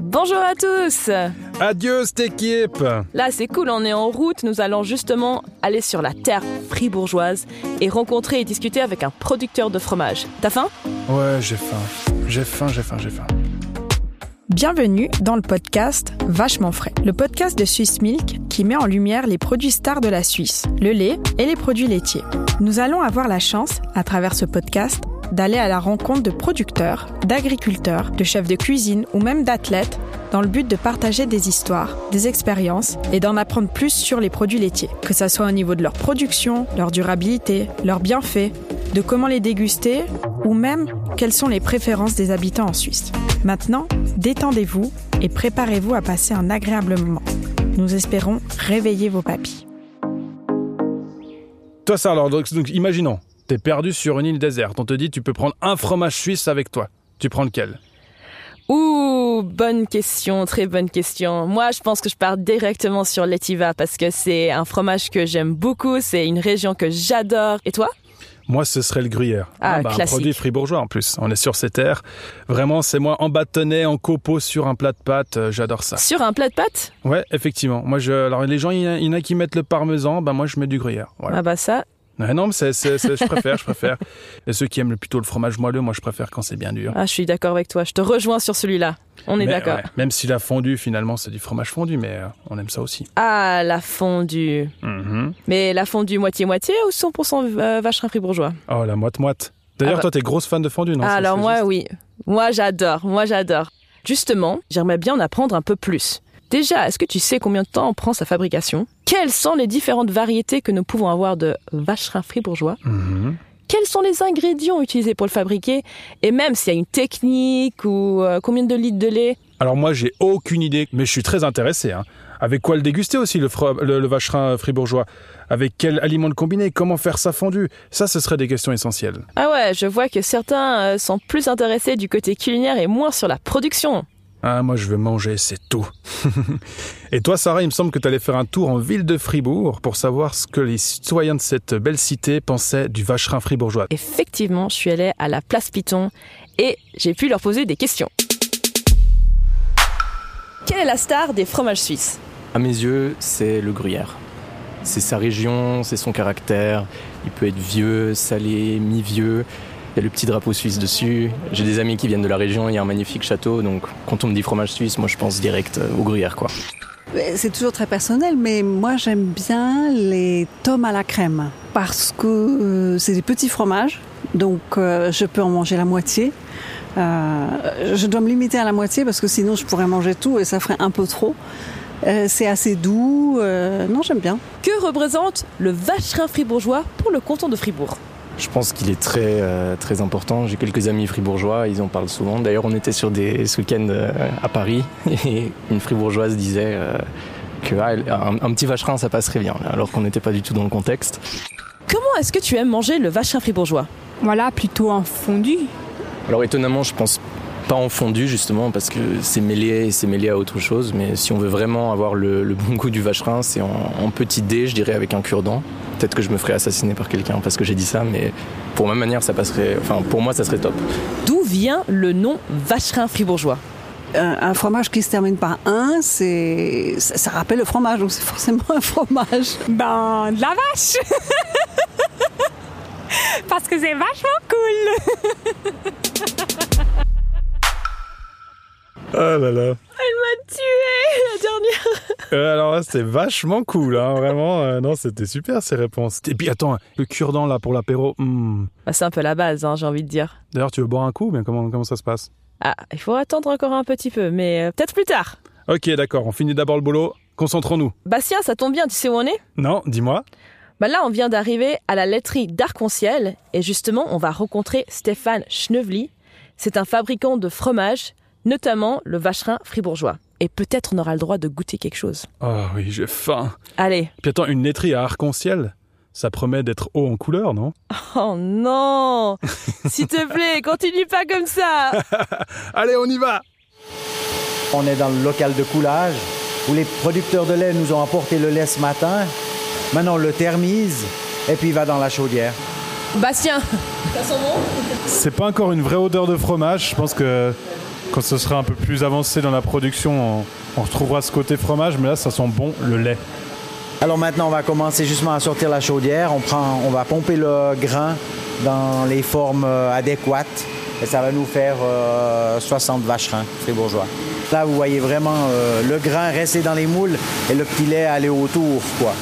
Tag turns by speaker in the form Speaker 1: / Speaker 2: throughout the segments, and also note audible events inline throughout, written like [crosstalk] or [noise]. Speaker 1: Bonjour à tous
Speaker 2: Adieu cette équipe
Speaker 1: Là c'est cool, on est en route, nous allons justement aller sur la terre fribourgeoise et rencontrer et discuter avec un producteur de fromage. T'as faim
Speaker 2: Ouais, j'ai faim. J'ai faim, j'ai faim, j'ai faim.
Speaker 3: Bienvenue dans le podcast Vachement frais, le podcast de Swiss Milk qui met en lumière les produits stars de la Suisse, le lait et les produits laitiers. Nous allons avoir la chance, à travers ce podcast, d'aller à la rencontre de producteurs, d'agriculteurs, de chefs de cuisine ou même d'athlètes dans le but de partager des histoires, des expériences et d'en apprendre plus sur les produits laitiers, que ce soit au niveau de leur production, leur durabilité, leurs bienfaits, de comment les déguster ou même quelles sont les préférences des habitants en Suisse. Maintenant, détendez-vous et préparez-vous à passer un agréable moment. Nous espérons réveiller vos papilles.
Speaker 2: Toi, ça alors, donc, donc, imaginons, t'es perdu sur une île déserte. On te dit, tu peux prendre un fromage suisse avec toi. Tu prends lequel
Speaker 1: Ouh, bonne question, très bonne question. Moi, je pense que je pars directement sur l'Etiva parce que c'est un fromage que j'aime beaucoup, c'est une région que j'adore. Et toi
Speaker 2: Moi, ce serait le gruyère. bah,
Speaker 1: Ah,
Speaker 2: un
Speaker 1: classique.
Speaker 2: produit fribourgeois en plus. On est sur ces terres. Vraiment, c'est moi en bâtonnet, en copeaux, sur un plat de pâtes. euh, J'adore ça.
Speaker 1: Sur un plat de pâtes
Speaker 2: Ouais, effectivement. Moi, je, alors les gens, il y en a- il y en a qui mettent le parmesan. Ben moi, je mets du gruyère. Voilà.
Speaker 1: Ah bah ça,
Speaker 2: Ouais, non, mais c'est, c'est- c'est- je préfère, je préfère. [laughs] Et ceux qui aiment plutôt le fromage moelleux, moi, je préfère quand c'est bien dur.
Speaker 1: ah, je suis d'accord avec toi, je te rejoins sur celui-là. On est
Speaker 2: Mais,
Speaker 1: d'accord.
Speaker 2: ouais, même si la fondue, finalement, c'est du fromage fondu, mais euh, on aime ça aussi.
Speaker 1: Ah, la fondue.
Speaker 2: Mhm.
Speaker 1: Mais la fondue moitié-moitié ou 100% euh, vacherin fribourgeois
Speaker 2: Oh, la moite-moite. D'ailleurs,
Speaker 1: Ah bah-
Speaker 2: toi, t'es grosse fan de fondue, non
Speaker 1: Ah,
Speaker 2: Ça,
Speaker 1: Alors
Speaker 2: c'est
Speaker 1: moi,
Speaker 2: juste-
Speaker 1: oui. Moi, j'adore. Moi, j'adore. Justement, j'aimerais bien en apprendre un peu plus. Déjà, est-ce que tu sais combien de temps prend sa fabrication Quelles sont les différentes variétés que nous pouvons avoir de vacherin fribourgeois
Speaker 2: Mhm.
Speaker 1: Quels sont les ingrédients utilisés pour le fabriquer Et même s'il y a une technique ou euh, combien de litres de lait
Speaker 2: Alors moi, j'ai aucune idée, mais je suis très intéressé. hein. Avec quoi le déguster aussi, le, fro- le- le vacherin euh, fribourgeois Avec quel aliment le combiner Comment faire sa fondue Ça, ce serait des questions essentielles.
Speaker 1: Ah ouais, je vois que certains euh, sont plus intéressés du côté culinaire et moins sur la production.
Speaker 2: Ah, moi, je veux manger, c'est tout. [laughs] Et toi, Sarah, il me semble que tu allais faire un tour en ville de Fribourg pour savoir ce que les citoyens de cette belle cité pensaient du vacherin fribourgeois.
Speaker 1: Effectivement, je suis allée à la place Piton et j'ai pu leur poser des questions. Quelle est la star des fromages suisses
Speaker 4: À mes yeux, c'est le gruyère. C'est sa région, c'est son caractère. Il peut être vieux, salé, mi-vieux. Il y a le petit drapeau suisse dessus. J'ai des amis qui viennent de la région, il y a un magnifique château. Donc quand on me dit fromage suisse, moi je pense direct euh, au gruyère. Quoi.
Speaker 5: Mais Euh, C'est toujours très personnel, mais moi j'aime bien les tomes à la crème parce que euh, c'est des petits fromages, donc euh, je peux en manger la moitié. Euh, je dois me limiter à la moitié parce que sinon je pourrais manger tout et ça ferait un peu trop. Euh, c'est assez doux, euh, non j'aime bien.
Speaker 1: Que représente le vacherin fribourgeois pour le canton de Fribourg
Speaker 4: Je pense qu'il est très, euh, très important. J'ai quelques amis fribourgeois, ils en parlent souvent. D'ailleurs, on était sur des ce week-end euh, à Paris [laughs] et une fribourgeoise disait euh, que ah, elle- un, un petit vacherin, ça passerait bien, alors qu'on n'était pas du tout dans le contexte.
Speaker 1: Comment est-ce que tu aimes manger le vacherin fribourgeois
Speaker 6: Voilà, plutôt en fondu.
Speaker 4: Alors étonnamment, je pense pas en fondu justement parce que c'est mêlé, c'est mêlé à autre chose. Mais si on veut vraiment avoir le, le bon goût du vacherin, c'est en, en petit dé, je dirais, avec un cure-dent. Peut-être que je me ferais assassiner par quelqu'un parce que j'ai dit ça, mais pour ma manière, ça passerait. Enfin, pour moi, ça serait top.
Speaker 1: D'où vient le nom vacherin fribourgeois
Speaker 5: Euh, un fromage qui se termine par un, c'est ça, ça rappelle le fromage, donc c'est forcément un fromage.
Speaker 6: Ben, de la vache Parce que c'est vachement cool
Speaker 2: Ah là là
Speaker 1: [laughs] La dernière
Speaker 2: Euh, Alors là, c'était vachement cool, hein, vraiment. Euh, non, c'était super ces réponses. Et puis attends, le cure-dent là pour l'apéro. hmm.
Speaker 1: C'est un peu la base, hein, j'ai envie de dire.
Speaker 2: D'ailleurs, tu veux boire un coup mais comment, comment ça se passe
Speaker 1: Ah, il faut attendre encore un petit peu, mais euh, peut-être plus tard.
Speaker 2: Ok, d'accord, on finit d'abord le boulot. Concentrons-nous.
Speaker 1: Bastien, ça tombe bien, tu sais où on est
Speaker 2: Non, dis-moi.
Speaker 1: Bah là, on vient d'arriver à la laiterie d'Arc-en-Ciel et justement, on va rencontrer Stéphane Schnevely. C'est un fabricant de fromage, notamment le vacherin fribourgeois. Et peut-être on aura le droit de goûter quelque chose.
Speaker 2: Oh oui, j'ai faim.
Speaker 1: Allez.
Speaker 2: Puis attends, une laiterie à arc-en-ciel Ça promet d'être haut en couleur, non
Speaker 1: Oh non [laughs] S'il te plaît, continue pas comme ça
Speaker 2: Allez, on y va
Speaker 7: On est dans le local de coulage où les producteurs de lait nous ont apporté le lait ce matin. Maintenant, on le thermise et puis il va dans la chaudière.
Speaker 1: Bastien
Speaker 2: C'est pas encore une vraie odeur de fromage. Je pense que Quand ce sera un peu plus avancé dans la production, on, on retrouvera ce côté fromage, mais là, ça sent bon le lait.
Speaker 7: Alors maintenant, on va commencer justement à sortir la chaudière. On, prend, on va pomper le grain dans les formes euh, adéquates. Et ça va nous faire euh, 60 vacherins fribourgeois. Là, vous voyez vraiment euh, le grain rester dans les moules et le petit lait aller autour, quoi.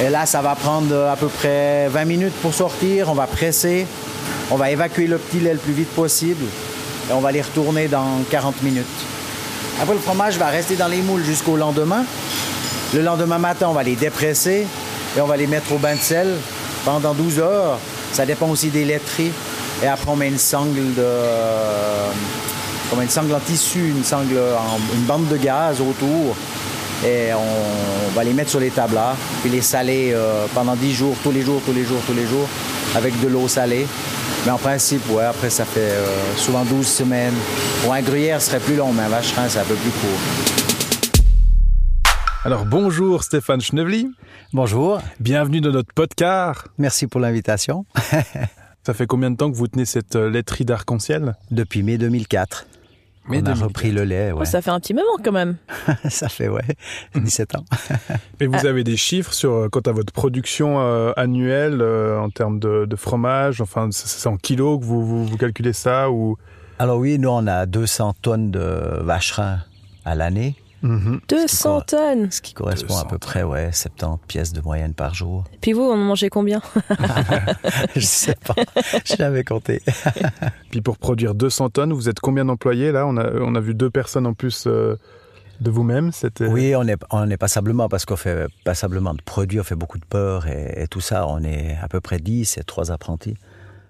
Speaker 7: Et là, ça va prendre euh, à peu près 20 minutes pour sortir. On va presser. On va évacuer le petit lait le plus vite possible. Et on va les retourner dans 40 minutes. Après, le fromage va rester dans les moules jusqu'au lendemain. Le lendemain matin, on va les dépresser et on va les mettre au bain de sel pendant 12 heures. Ça dépend aussi des laiteries. Et après, on met une sangle de... Comme une sangle en tissu, une sangle en- une bande de gaz autour. Et on, on va les mettre sur les tablas, puis les saler euh, pendant 10 jours, tous les jours, tous les jours, tous les jours, avec de l'eau salée. Mais en principe, ouais, après, ça fait euh, souvent 12 semaines. Pour un gruyère, ce serait plus long, mais un vacherin, c'est un peu plus court.
Speaker 2: Alors bonjour Stéphane Schnevely,
Speaker 7: Bonjour,
Speaker 2: bienvenue dans notre podcast.
Speaker 7: merci pour l'invitation.
Speaker 2: Ça fait combien de temps que vous tenez cette euh, laiterie d'arc-en-ciel
Speaker 7: Depuis mai 2004.
Speaker 2: Mai
Speaker 7: on
Speaker 2: 2004.
Speaker 7: a repris le lait, ouais.
Speaker 1: Oh, ça fait un petit moment quand même.
Speaker 7: [laughs] ça fait, [laughs] ouais, 17 ans.
Speaker 2: Et vous avez des chiffres sur euh, quant à votre production euh, annuelle euh, en termes de, de fromage Enfin, c'est c'est en kilos que vous, vous, vous calculez ça ou
Speaker 7: Alors oui, nous, on a 200 tonnes de vacherins à l'année, Mhm.
Speaker 1: 200 tonnes.
Speaker 7: ce qui correspond à
Speaker 2: 200
Speaker 7: peu près, ouais, 70 pièces de moyenne par [laughs] jour.
Speaker 1: Puis vous, on en mangez combien
Speaker 7: Je sais pas, je l'avais compté.
Speaker 2: Puis pour produire 200 tonnes, vous êtes combien d'employés là on a, on a vu deux personnes en plus euh, de vous-même. C'était
Speaker 7: Oui, on est, on est passablement, parce qu'on fait passablement de produits, on fait beaucoup de peur et, et tout ça. On est à peu près 10 et trois apprentis.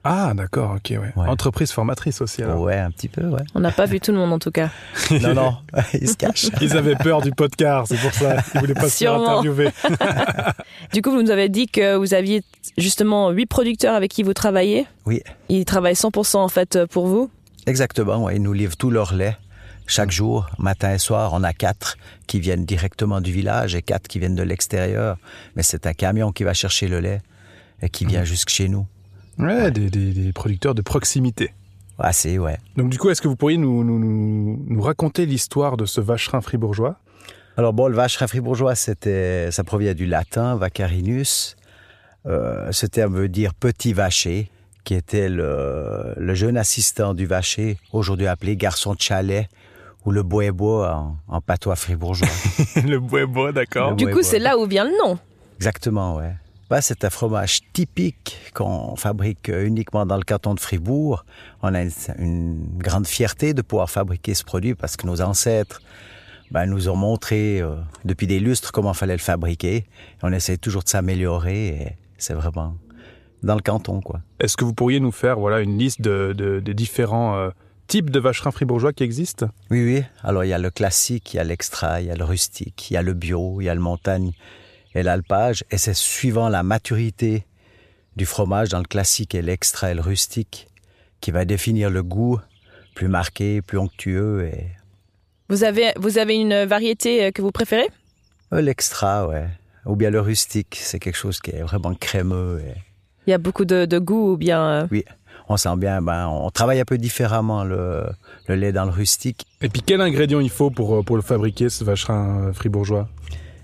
Speaker 2: Ah d'accord, ok, ouais.
Speaker 7: Ouais. Oh.
Speaker 2: Entreprise formatrice aussi. Alors.
Speaker 7: Ouais, un petit peu, ouais.
Speaker 1: On n'a pas vu tout le monde en tout cas.
Speaker 7: Non, non, [laughs] ils se cachent.
Speaker 2: Ils avaient peur du podcast, c'est pour ça. Ils voulaient pas se faire
Speaker 1: Sûrement.
Speaker 2: interviewer.
Speaker 1: Du coup, vous nous avez dit que vous aviez justement 8 producteurs avec qui vous travaillez.
Speaker 7: Oui,
Speaker 1: Ils travaillent 100% en fait pour vous.
Speaker 7: Exactement, ouais, ils nous livrent tout leur lait. Chaque jour, matin et soir, on a quatre qui viennent directement du village et quatre qui viennent de l'extérieur. Mais c'est un camion qui va chercher le lait et qui vient jusque chez nous.
Speaker 2: Ouais, des- des- des producteurs de proximité.
Speaker 7: Ah, c'est, ouais.
Speaker 2: Donc du coup, est-ce que vous pourriez nous, nous, nous, nous raconter l'histoire de ce vacherin fribourgeois
Speaker 7: Alors bon, le vacherin fribourgeois, c'était, ça provient du latin vacarinus. Euh, ce terme veut dire petit vacher, qui était le, le jeune assistant du vacher, aujourd'hui appelé garçon de chalet ou le bois-bois en, en patois fribourgeois.
Speaker 2: [laughs] Le bois d'accord.
Speaker 1: Du
Speaker 7: Ouais,
Speaker 1: coup,
Speaker 7: ouais.
Speaker 1: c'est là où vient le nom.
Speaker 7: Exactement, ouais. Bah, c'est un fromage typique qu'on fabrique euh, uniquement dans le canton de Fribourg. On a une, une grande fierté de pouvoir fabriquer ce produit parce que nos ancêtres bah, nous ont montré euh, depuis des lustres comment fallait le fabriquer. On essaie toujours de s'améliorer et c'est vraiment dans le canton, quoi.
Speaker 2: Est-ce que vous pourriez nous faire voilà une liste de, de- des différents euh, types de vacherins fribourgeois qui existent
Speaker 7: Oui, oui. Alors, il y a le classique, il y a l'extra, il y a le rustique, il y a le bio, il y a le montagne et l'alpage. Et c'est suivant la maturité du fromage dans le classique et l'extra et le rustique qui va définir le goût plus marqué, plus onctueux. Et...
Speaker 1: Vous avez, vous avez une variété euh, que vous préférez
Speaker 7: Euh, L'extra, ouais. Ou bien le rustique, c'est quelque chose qui est vraiment crémeux. Et...
Speaker 1: Il y a beaucoup de, de goût ou bien. euh,
Speaker 7: On sent bien, ben, on travaille un peu différemment le, le lait dans le rustique.
Speaker 2: Et puis quel ingrédient il faut pour, euh, pour le fabriquer ce vacherin euh, fribourgeois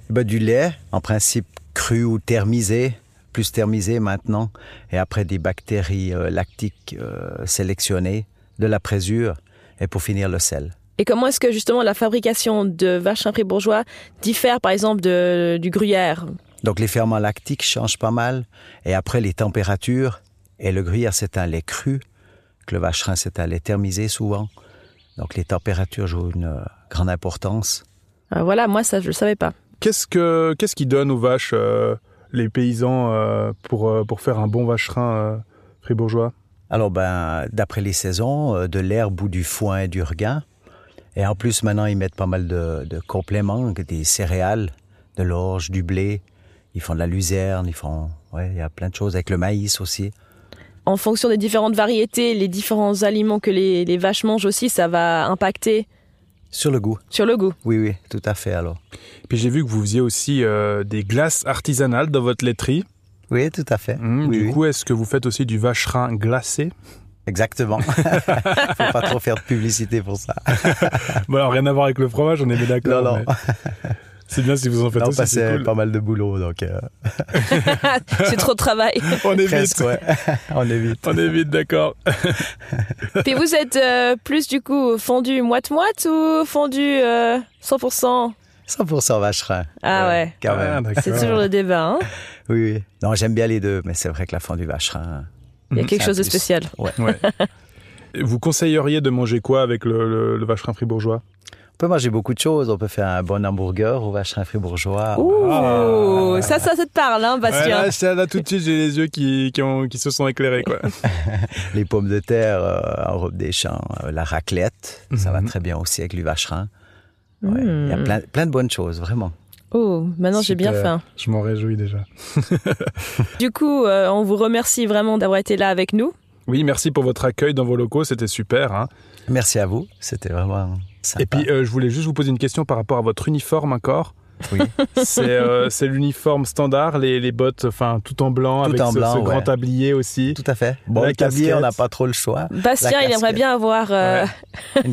Speaker 7: Ben, du lait, en principe cru ou thermisé, plus thermisé maintenant, et après des bactéries euh, lactiques euh, sélectionnées, de la présure, et pour finir le sel.
Speaker 1: Et comment est-ce que justement la fabrication de vaches fribourgeois diffère par exemple de, du gruyère
Speaker 7: Donc les ferments lactiques changent pas mal, et après les températures, et le gruyère c'est un lait cru, que le vacherin c'est un lait thermisé souvent. Donc les températures jouent une euh, grande importance.
Speaker 1: Euh, Voilà, moi ça je le savais pas.
Speaker 2: Qu'est-ce que qu'est-ce qui donne aux vaches euh, les paysans euh, pour euh, pour faire un bon vacherin euh, fribourgeois
Speaker 7: Alors ben, d'après les saisons, euh, de l'herbe ou du foin et du regain. Et en plus, maintenant, ils mettent pas mal de, de compléments, que des céréales, de l'orge, du blé. Ils font de la luzerne, ils font... Ouais, il y a plein de choses, avec le maïs aussi.
Speaker 1: En fonction des différentes variétés, les différents aliments que les, les vaches mangent aussi, ça va impacter
Speaker 7: Sur le goût,
Speaker 1: sur le goût. [laughs]
Speaker 7: oui, oui, tout à fait, alors.
Speaker 2: Puis j'ai vu que vous faisiez aussi euh, des glaces artisanales dans votre laiterie.
Speaker 7: Oui, tout à fait.
Speaker 2: Hum,
Speaker 7: oui,
Speaker 2: du
Speaker 7: oui.
Speaker 2: coup, est-ce que vous faites aussi du vacherin glacé [laughs]
Speaker 7: Exactement. Faut pas trop faire de publicité pour ça.
Speaker 2: Bon, alors, rien à voir avec le fromage, on est bien d'accord.
Speaker 7: Non, non.
Speaker 2: mais [laughs] C'est bien si vous en faites
Speaker 7: Non,
Speaker 2: aussi,
Speaker 7: parce que
Speaker 2: Bah, c'est
Speaker 7: c'est
Speaker 2: cool.
Speaker 7: pas mal de boulot, donc euh,
Speaker 1: c'est trop de [laughs] travail.
Speaker 2: On évite.
Speaker 7: presque, ouais. [laughs] On évite.
Speaker 2: On évite, [laughs] d'accord.
Speaker 1: Puis vous êtes euh, plus du coup fondu moite-moite ou fondu euh, 100%
Speaker 7: 100% vacherin,
Speaker 1: Ah ouais,
Speaker 7: quand
Speaker 2: Ah,
Speaker 7: même.
Speaker 2: d'accord.
Speaker 1: c'est toujours le débat. hein.
Speaker 7: Oui, oui. Non, j'aime bien les deux, mais c'est vrai que la fondue vacherin.
Speaker 1: Il y a quelque
Speaker 7: Mhm. C'est un
Speaker 1: chose de
Speaker 7: plus.
Speaker 1: spécial.
Speaker 2: Ouais. Vous conseilleriez de manger quoi avec le, le- le vacherin fribourgeois
Speaker 7: On peut manger beaucoup de choses. On peut faire un bon hamburger au vacherin fribourgeois.
Speaker 1: Ouh,
Speaker 2: Ah.
Speaker 1: ça, ça, ça te parle, hein,
Speaker 2: Ouais,
Speaker 1: Bastien.
Speaker 2: là, ça, là, tout de suite, j'ai les yeux qui, qui, ont- qui se sont éclairés. Quoi.
Speaker 7: Les pommes de terre euh, en robe des champs. euh, la raclette, ça va
Speaker 2: Mhm.
Speaker 7: très bien aussi avec du vacherin. Ouais, Il y a
Speaker 1: Mm.
Speaker 7: plein, plein de bonnes choses, vraiment.
Speaker 1: Oh, maintenant j'ai bien
Speaker 2: Super.
Speaker 1: faim.
Speaker 2: [laughs] Je m'en réjouis déjà.
Speaker 1: Du coup, euh, on vous remercie vraiment d'avoir été là avec nous.
Speaker 2: Oui, merci pour votre accueil dans vos locaux, c'était super. hein.
Speaker 7: Merci à vous. C'était vraiment sympa.
Speaker 2: Et puis, euh, je voulais juste vous poser une question par rapport à votre uniforme encore.
Speaker 7: Oui.
Speaker 2: [laughs] C'est euh, c'est l'uniforme standard, les, les bottes, enfin, tout en blanc,
Speaker 7: Tout
Speaker 2: avec
Speaker 7: en
Speaker 2: ce,
Speaker 7: blanc,
Speaker 2: ce grand
Speaker 7: ouais.
Speaker 2: tablier aussi.
Speaker 7: Tout à fait. Bon,
Speaker 2: La
Speaker 7: le tablier,
Speaker 2: casquette.
Speaker 7: on n'a pas trop le choix.
Speaker 1: Bastien, il aimerait
Speaker 7: casquette.
Speaker 1: bien avoir euh,
Speaker 7: Une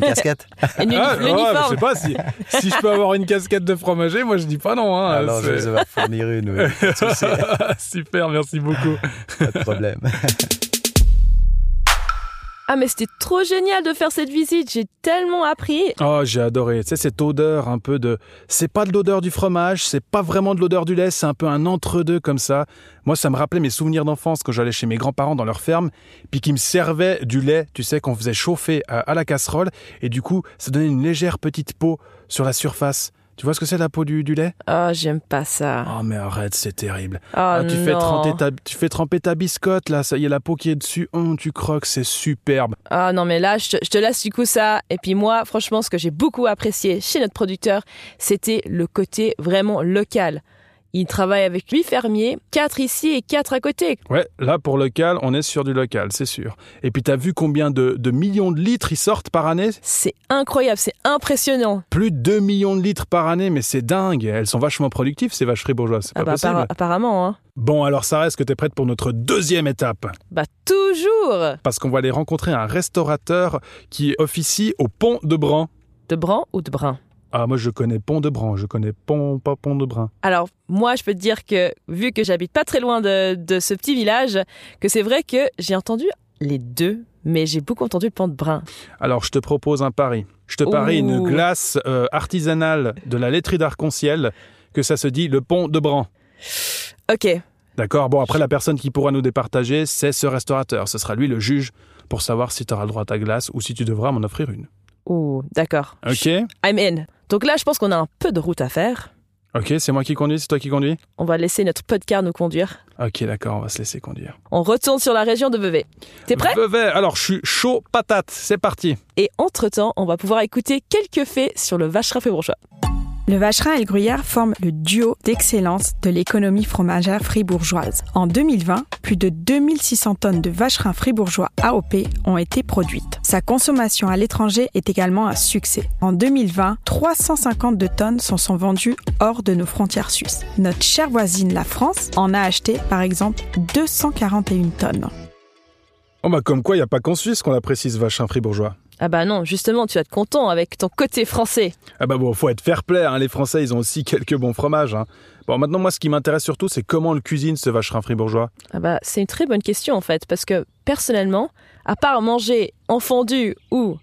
Speaker 2: [laughs]
Speaker 7: casquette
Speaker 1: une uni-
Speaker 2: Ah, ouais, je
Speaker 1: l'uniforme.
Speaker 2: sais pas si, si je peux avoir une casquette de fromager, moi je dis pas non. hein.
Speaker 7: Alors, Ah je
Speaker 2: C'est-
Speaker 7: vais vous fournir
Speaker 2: [laughs]
Speaker 7: une, oui. Pas de souci,
Speaker 2: Super, merci beaucoup.
Speaker 7: pas de problème.
Speaker 1: ah, mais c'était trop génial de faire cette visite. J'ai tellement appris.
Speaker 2: Oh, j'ai adoré. Tu sais, cette odeur un peu de. C'est pas de l'odeur du fromage, c'est pas vraiment de l'odeur du lait, c'est un peu un entre-deux comme ça. Moi, ça me rappelait mes souvenirs d'enfance quand j'allais chez mes grands-parents dans leur ferme, puis qu'ils me servaient du lait, tu sais, qu'on faisait chauffer à, à la casserole, et du coup, ça donnait une légère petite peau sur la surface. Tu vois ce que c'est la peau du, du lait
Speaker 1: Oh, j'aime pas ça.
Speaker 2: Oh, mais arrête, c'est terrible.
Speaker 1: Oh,
Speaker 2: Ah, tu, fais
Speaker 1: non.
Speaker 2: tremper ta, tu fais tremper ta biscotte, là, ça y est, la peau qui est dessus. Oh, tu croques, c'est superbe.
Speaker 1: Ah non, mais là, je te, je te laisse du coup ça. Et puis moi, franchement, ce que j'ai beaucoup apprécié chez notre producteur, c'était le côté vraiment local. Il travaille avec huit fermiers, quatre ici et quatre à côté.
Speaker 2: Ouais, là pour local, on est sur du local, c'est sûr. Et puis t'as vu combien de, de millions de litres ils sortent par année
Speaker 1: C'est incroyable, c'est impressionnant.
Speaker 2: Plus de 2 millions de litres par année, mais c'est dingue. Elles sont vachement productives ces vaches fribourgeoises, c'est
Speaker 1: Ah
Speaker 2: pas
Speaker 1: bah,
Speaker 2: possible.
Speaker 1: appara- apparemment, hein.
Speaker 2: Bon, alors Sarah, est-ce que t'es prête pour notre deuxième étape
Speaker 1: Bah toujours
Speaker 2: Parce qu'on va aller rencontrer un restaurateur qui officie au Pont de Bran.
Speaker 1: De brun ou de brun
Speaker 2: Ah, moi je connais Pont de Bran, je connais Pont, pas Pont de Bran.
Speaker 1: Alors, moi, je peux te dire que, vu que j'habite pas très loin de, de ce petit village, que c'est vrai que j'ai entendu les deux, mais j'ai beaucoup entendu le pan de brun.
Speaker 2: Alors, je te propose un pari. Je te parie
Speaker 1: Ouh.
Speaker 2: une glace euh, artisanale de la laiterie d'arc-en-ciel que ça se dit le Pont de Bran.
Speaker 1: Ok,
Speaker 2: D'accord. Bon, après, la personne qui pourra nous départager, c'est ce restaurateur. Ce sera lui le juge pour savoir si tu auras le droit à ta glace ou si tu devras m'en offrir une.
Speaker 1: ouh, d'accord.
Speaker 2: Ok
Speaker 1: I'm in. Donc là, je pense qu'on a un peu de route à faire.
Speaker 2: Ok, c'est moi qui conduis, c'est toi qui conduis
Speaker 1: On va laisser notre podcast nous conduire.
Speaker 2: Ok, d'accord, on va se laisser conduire.
Speaker 1: On retourne sur la région de Vevey. T'es prêt
Speaker 2: Vevey, alors je suis chaud patate, c'est parti
Speaker 1: Et entre-temps, on va pouvoir écouter quelques faits sur le vacherin fribourgeois.
Speaker 3: Le Vacherin et le Gruyère forment le duo d'excellence de l'économie fromagère fribourgeoise. En 2020, plus de 2600 tonnes de Vacherin fribourgeois AOP ont été produites. Sa consommation à l'étranger est également un succès. En 2020, 352 tonnes s'en sont vendues hors de nos frontières suisses. Notre chère voisine, la France, en a acheté par exemple 241 tonnes.
Speaker 2: Oh bah comme quoi, il n'y a pas qu'en Suisse qu'on apprécie ce vachin fribourgeois.
Speaker 1: Ah bah non, justement, tu vas être content avec ton côté français.
Speaker 2: Ah bah bon, faut être fair play, hein, les Français, ils ont aussi [laughs] quelques bons fromages. hein. Bon, maintenant, moi, ce qui m'intéresse surtout, c'est comment le cuisine ce vacherin fribourgeois.
Speaker 1: Ah bah, c'est une très bonne question en fait, parce que personnellement, à part manger en fondu ou,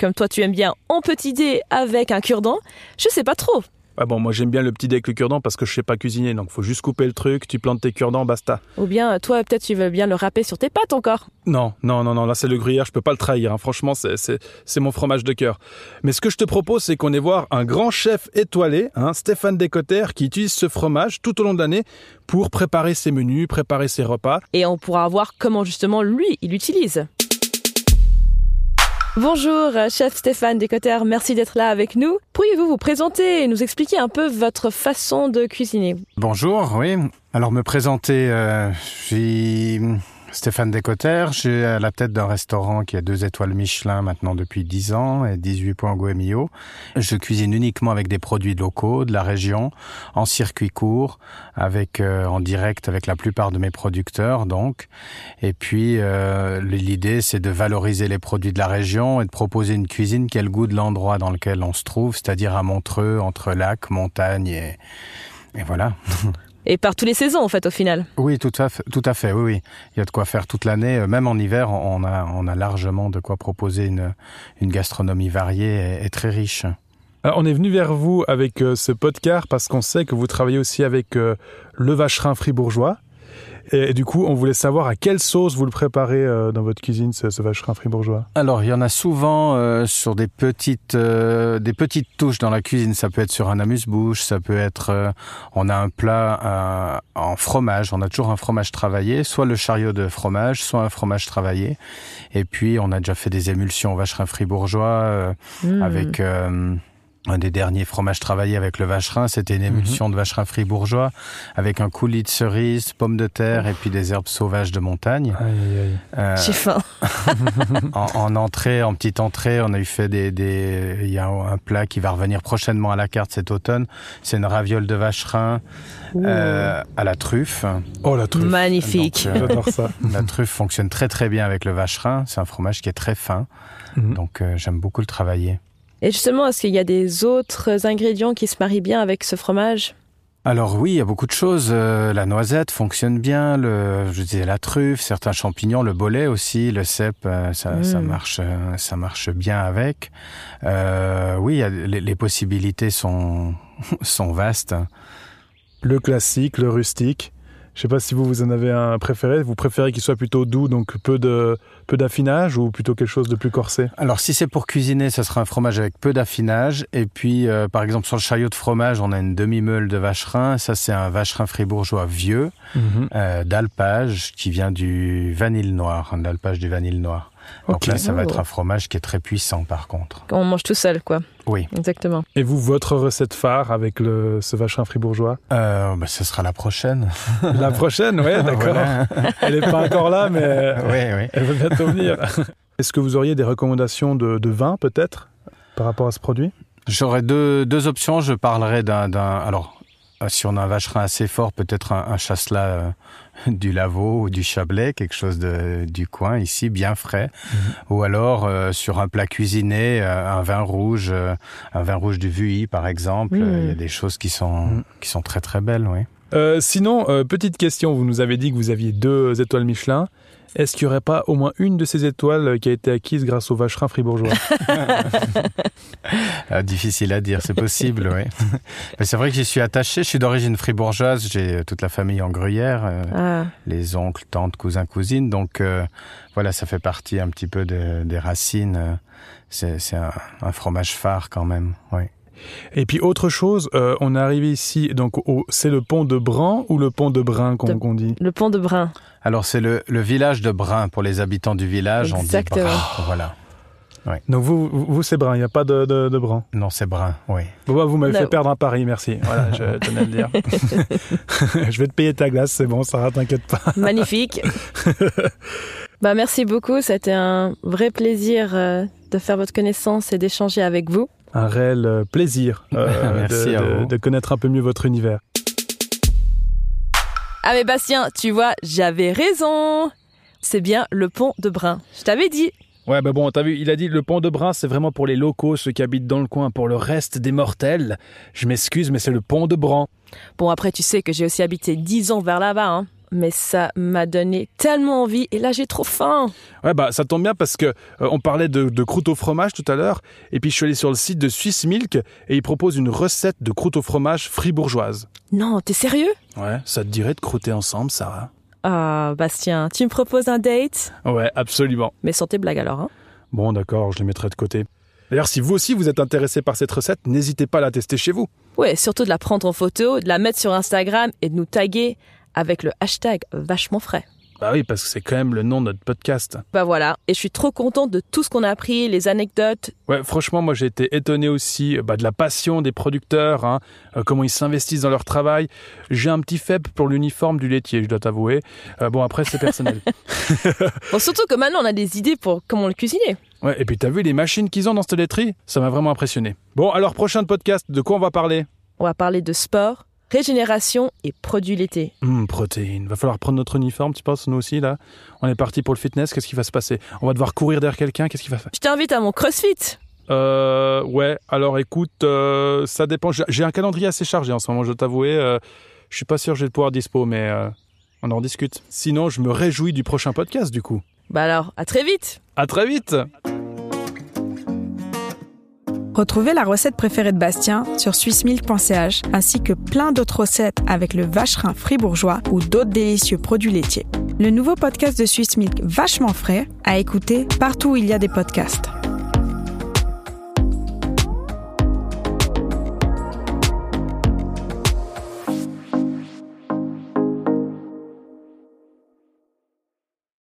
Speaker 1: comme toi tu aimes bien, en petit dé avec un cure-dent, je sais pas trop.
Speaker 2: Ah bon, moi, j'aime bien le petit dé avec le cure-dent parce que je sais pas cuisiner, donc faut juste couper le truc, tu plantes tes cure-dents, basta.
Speaker 1: Ou bien, toi peut-être tu veux bien le râper sur tes pattes encore.
Speaker 2: Non, non, non, non, là c'est le gruyère, je peux pas le trahir, hein. franchement c'est- c'est c'est mon fromage de cœur. Mais ce que je te propose c'est qu'on ait voir un grand chef étoilé, hein, Stéphane Descotter, qui utilise ce fromage tout au long de l'année pour préparer ses menus, préparer ses repas.
Speaker 1: Et on pourra voir comment justement lui, il l'utilise. Bonjour, euh, chef Stéphane Descotter, merci d'être là avec nous. Pourriez-vous vous présenter et nous expliquer un peu votre façon de cuisiner
Speaker 8: Bonjour, oui. Alors me présenter, euh, je suis Stéphane Descotter, je suis à la tête d'un restaurant qui a deux étoiles Michelin maintenant depuis 10 ans et 18 points Goemio. Je cuisine uniquement avec des produits locaux de la région, en circuit court, avec euh, en direct avec la plupart de mes producteurs donc. Et puis euh, l'idée c'est de valoriser les produits de la région et de proposer une cuisine qui a le goût de l'endroit dans lequel on se trouve, c'est-à-dire à Montreux, entre lacs, montagnes et, et voilà.
Speaker 1: Et par tous les saisons, en fait, au final.
Speaker 8: Oui, tout à fait, tout à fait oui, oui. Il y a de quoi faire toute l'année. Euh, Même en hiver, on a, on a largement de quoi proposer une, une gastronomie variée et, et très riche.
Speaker 2: Alors, Euh, on est venu vers vous avec euh, ce podcast parce qu'on sait que vous travaillez aussi avec euh, le vacherin fribourgeois. Et, et du coup, on voulait savoir à quelle sauce vous le préparez euh, dans votre cuisine, ce, ce vacherin fribourgeois.
Speaker 8: Alors, il y en a souvent euh, sur des petites, euh, des petites touches dans la cuisine. Ça peut être sur un amuse-bouche, ça peut être. euh, on a un plat euh, en fromage. On a toujours un fromage travaillé, soit le chariot de fromage, soit un fromage travaillé. Et puis, on a déjà fait des émulsions au vacherin fribourgeois euh,
Speaker 1: Hmm.
Speaker 8: avec. euh, un des derniers fromages travaillés avec le vacherin, c'était une émulsion de vacherin fribourgeois avec un coulis de cerise, pommes de terre et puis des herbes sauvages de montagne. Euh,
Speaker 1: J'ai faim.
Speaker 8: en, en entrée, en petite entrée, on a eu fait des, des, il y a un plat qui va revenir prochainement à la carte cet automne. C'est une raviole de vacherin euh, à la truffe.
Speaker 2: Oh la truffe
Speaker 1: Magnifique.
Speaker 8: Donc, euh,
Speaker 2: J'adore ça.
Speaker 8: la truffe fonctionne très très bien avec le vacherin. C'est un fromage qui est très fin,
Speaker 2: Mhm.
Speaker 8: donc euh, j'aime beaucoup le travailler.
Speaker 1: Et justement, est-ce qu'il y a des autres ingrédients qui se marient bien avec ce fromage
Speaker 8: Alors oui, il y a beaucoup de choses. Euh, la noisette fonctionne bien, le, je disais la truffe, certains champignons, le bolet aussi, le cèpe, euh, ça,
Speaker 1: Mm.
Speaker 8: ça marche, euh, ça marche bien avec. Euh, oui, il y a- les, les possibilités sont [laughs] sont vastes.
Speaker 2: Le classique, le rustique. Je sais pas si vous, vous en avez un préféré. Vous préférez qu'il soit plutôt doux, donc peu de peu d'affinage, ou plutôt quelque chose de plus corsé
Speaker 8: Alors si c'est pour cuisiner, ça sera un fromage avec peu d'affinage. Et puis, euh, par exemple, sur le chariot de fromage, on a une demi-meule de vacherin. Ça, c'est un vacherin fribourgeois vieux.
Speaker 2: Mm-hmm.
Speaker 8: euh, d'alpage qui vient du vanille noir, hein, d'alpage du vanille noir. Donc
Speaker 2: Ok.
Speaker 8: là, ça va
Speaker 1: Oh.
Speaker 8: être un fromage qui est très puissant par contre.
Speaker 1: Quand on mange tout seul, quoi.
Speaker 8: Oui.
Speaker 1: Exactement.
Speaker 2: Et vous, votre recette phare avec le, ce vacherin fribourgeois
Speaker 8: Euh, bah, ce sera la prochaine.
Speaker 2: [laughs] La prochaine, ouais, [laughs] d'accord.
Speaker 8: [laughs] Voilà.
Speaker 2: Elle est pas encore là, mais
Speaker 8: oui, oui.
Speaker 2: [laughs] elle va bientôt venir. Ah, [laughs] Est-ce que vous auriez des recommandations de, de vin, peut-être, par rapport à ce produit
Speaker 8: J'aurais deux, deux options. Je parlerai d'un. d'un- Alors, euh, si on a un vacherin assez fort, peut-être un, un chasselas euh, [laughs] du Lavaux ou du Chablais, quelque chose de, du coin ici, bien frais.
Speaker 2: Mhm.
Speaker 8: Ou alors, euh, sur un plat cuisiné, euh, un vin rouge, euh, un vin rouge du Vuilly, par exemple.
Speaker 1: Mhm.
Speaker 8: Euh, Il y a des choses qui sont,
Speaker 2: Mhm.
Speaker 8: qui sont très très belles, oui.
Speaker 2: Euh, Sinon, euh, petite question, vous nous avez dit que vous aviez deux étoiles Michelin. Est-ce qu'il n'y aurait pas au moins une de ces étoiles euh, qui a été acquise grâce au vacherin fribourgeois
Speaker 8: Ah, difficile à dire, c'est possible,
Speaker 1: [laughs]
Speaker 8: oui. Mais c'est vrai que j'y suis attaché. Je suis d'origine fribourgeoise, j'ai euh, toute la famille en Gruyère, euh,
Speaker 1: Ah,
Speaker 8: les oncles, tantes, cousins, cousines. Donc euh, voilà, ça fait partie un petit peu de- des racines. euh, C'est c'est un, un fromage phare quand même, oui.
Speaker 2: Et puis autre chose, euh, on est arrivé ici, donc au- c'est le pont de Bran ou le pont de Brin qu'on
Speaker 1: De-
Speaker 2: qu'on dit
Speaker 1: le pont de
Speaker 8: [laughs]
Speaker 1: Brun.
Speaker 8: Alors c'est le, le village de Brun, pour les habitants du village,
Speaker 1: Exactement.
Speaker 8: on dit Brun. Voilà.
Speaker 2: Donc vous, vous, vous, c'est Brin, il n'y a pas de, de, de Bran.
Speaker 8: Non, c'est Brun, oui.
Speaker 2: Bon, bah, vous m'avez
Speaker 1: Non.
Speaker 2: fait perdre un pari, merci. Voilà,
Speaker 8: [laughs]
Speaker 2: je tenais à le dire. je vais te payer ta glace, c'est bon, Sarah, t'inquiète pas.
Speaker 1: Magnifique. bah, merci beaucoup. C'était un vrai plaisir euh, de faire votre connaissance et d'échanger avec vous.
Speaker 2: Un réel euh, plaisir euh,
Speaker 8: [laughs] Merci
Speaker 2: de-
Speaker 8: à
Speaker 2: de-
Speaker 8: vous.
Speaker 2: de connaître un peu mieux votre univers.
Speaker 1: Ah, mais Bastien, tu vois, j'avais raison. C'est bien le pont de Brun. Je t'avais dit.
Speaker 2: Ouais, bah bon, t'as vu, il a dit le pont de Brun, c'est vraiment pour les locaux, ceux qui habitent dans le coin, pour le reste des mortels. Je m'excuse, mais c'est le pont de Bran.
Speaker 1: Bon, après, tu sais que j'ai aussi habité 10 ans vers là-bas, hein. Mais ça m'a donné tellement envie et là j'ai trop faim.
Speaker 2: Ouais, bah ça tombe bien parce que euh, on parlait de, de croûte au fromage tout à l'heure, et puis je suis allé sur le site de Swiss Milk et ils proposent une recette de croûte au fromage fribourgeoise.
Speaker 1: Non, t'es sérieux
Speaker 2: Ouais, ça te dirait de croûter ensemble, Sarah
Speaker 1: Ah, Bastien, tu me proposes un date
Speaker 2: Ouais, absolument.
Speaker 1: Mais sans tes blagues alors, hein.
Speaker 2: Bon, d'accord, je les mettrai de côté. D'ailleurs, si vous aussi vous êtes intéressé par cette recette, n'hésitez pas à la tester chez vous.
Speaker 1: Ouais, surtout de la prendre en photo, de la mettre sur Instagram et de nous taguer avec le hashtag vachement frais.
Speaker 2: Bah oui, parce que c'est quand même le nom de notre podcast.
Speaker 1: Bah voilà, et je suis trop contente de tout ce qu'on a appris, les anecdotes.
Speaker 2: Ouais, franchement, moi j'ai été étonné aussi euh, bah, de la passion des producteurs, hein, euh, comment ils s'investissent dans leur travail. J'ai un petit faible pour l'uniforme du laitier, je dois t'avouer. Euh, bon, après, c'est [laughs] personnel.
Speaker 1: Bon, surtout que maintenant on a des idées pour comment le cuisiner.
Speaker 2: ouais, et puis t'as vu les machines qu'ils ont dans cette laiterie Ça m'a vraiment impressionné. Bon, alors, prochain podcast, de quoi on va parler
Speaker 1: On va parler de sport, régénération et produits l'été.
Speaker 2: Hum, protéines. Va falloir prendre notre uniforme, tu penses, nous aussi, là On est parti pour le fitness, qu'est-ce qui va se passer On va devoir courir derrière quelqu'un, qu'est-ce qui va faire
Speaker 1: Je t'invite à mon CrossFit.
Speaker 2: Euh, ouais, alors écoute, euh, ça dépend. J'ai- J'ai un calendrier assez chargé en ce moment, je dois t'avouer. euh, je suis pas sûr que je vais le pouvoir dispo, mais euh, on en discute. Sinon, je me réjouis du prochain podcast, du coup.
Speaker 1: Bah alors, à très vite
Speaker 2: À très vite
Speaker 3: Retrouvez la recette préférée de Bastien sur swissmilk.ch ainsi que plein d'autres recettes avec le vacherin fribourgeois ou d'autres délicieux produits laitiers. Le nouveau podcast de Swissmilk vachement frais à écouter partout où il y a des podcasts.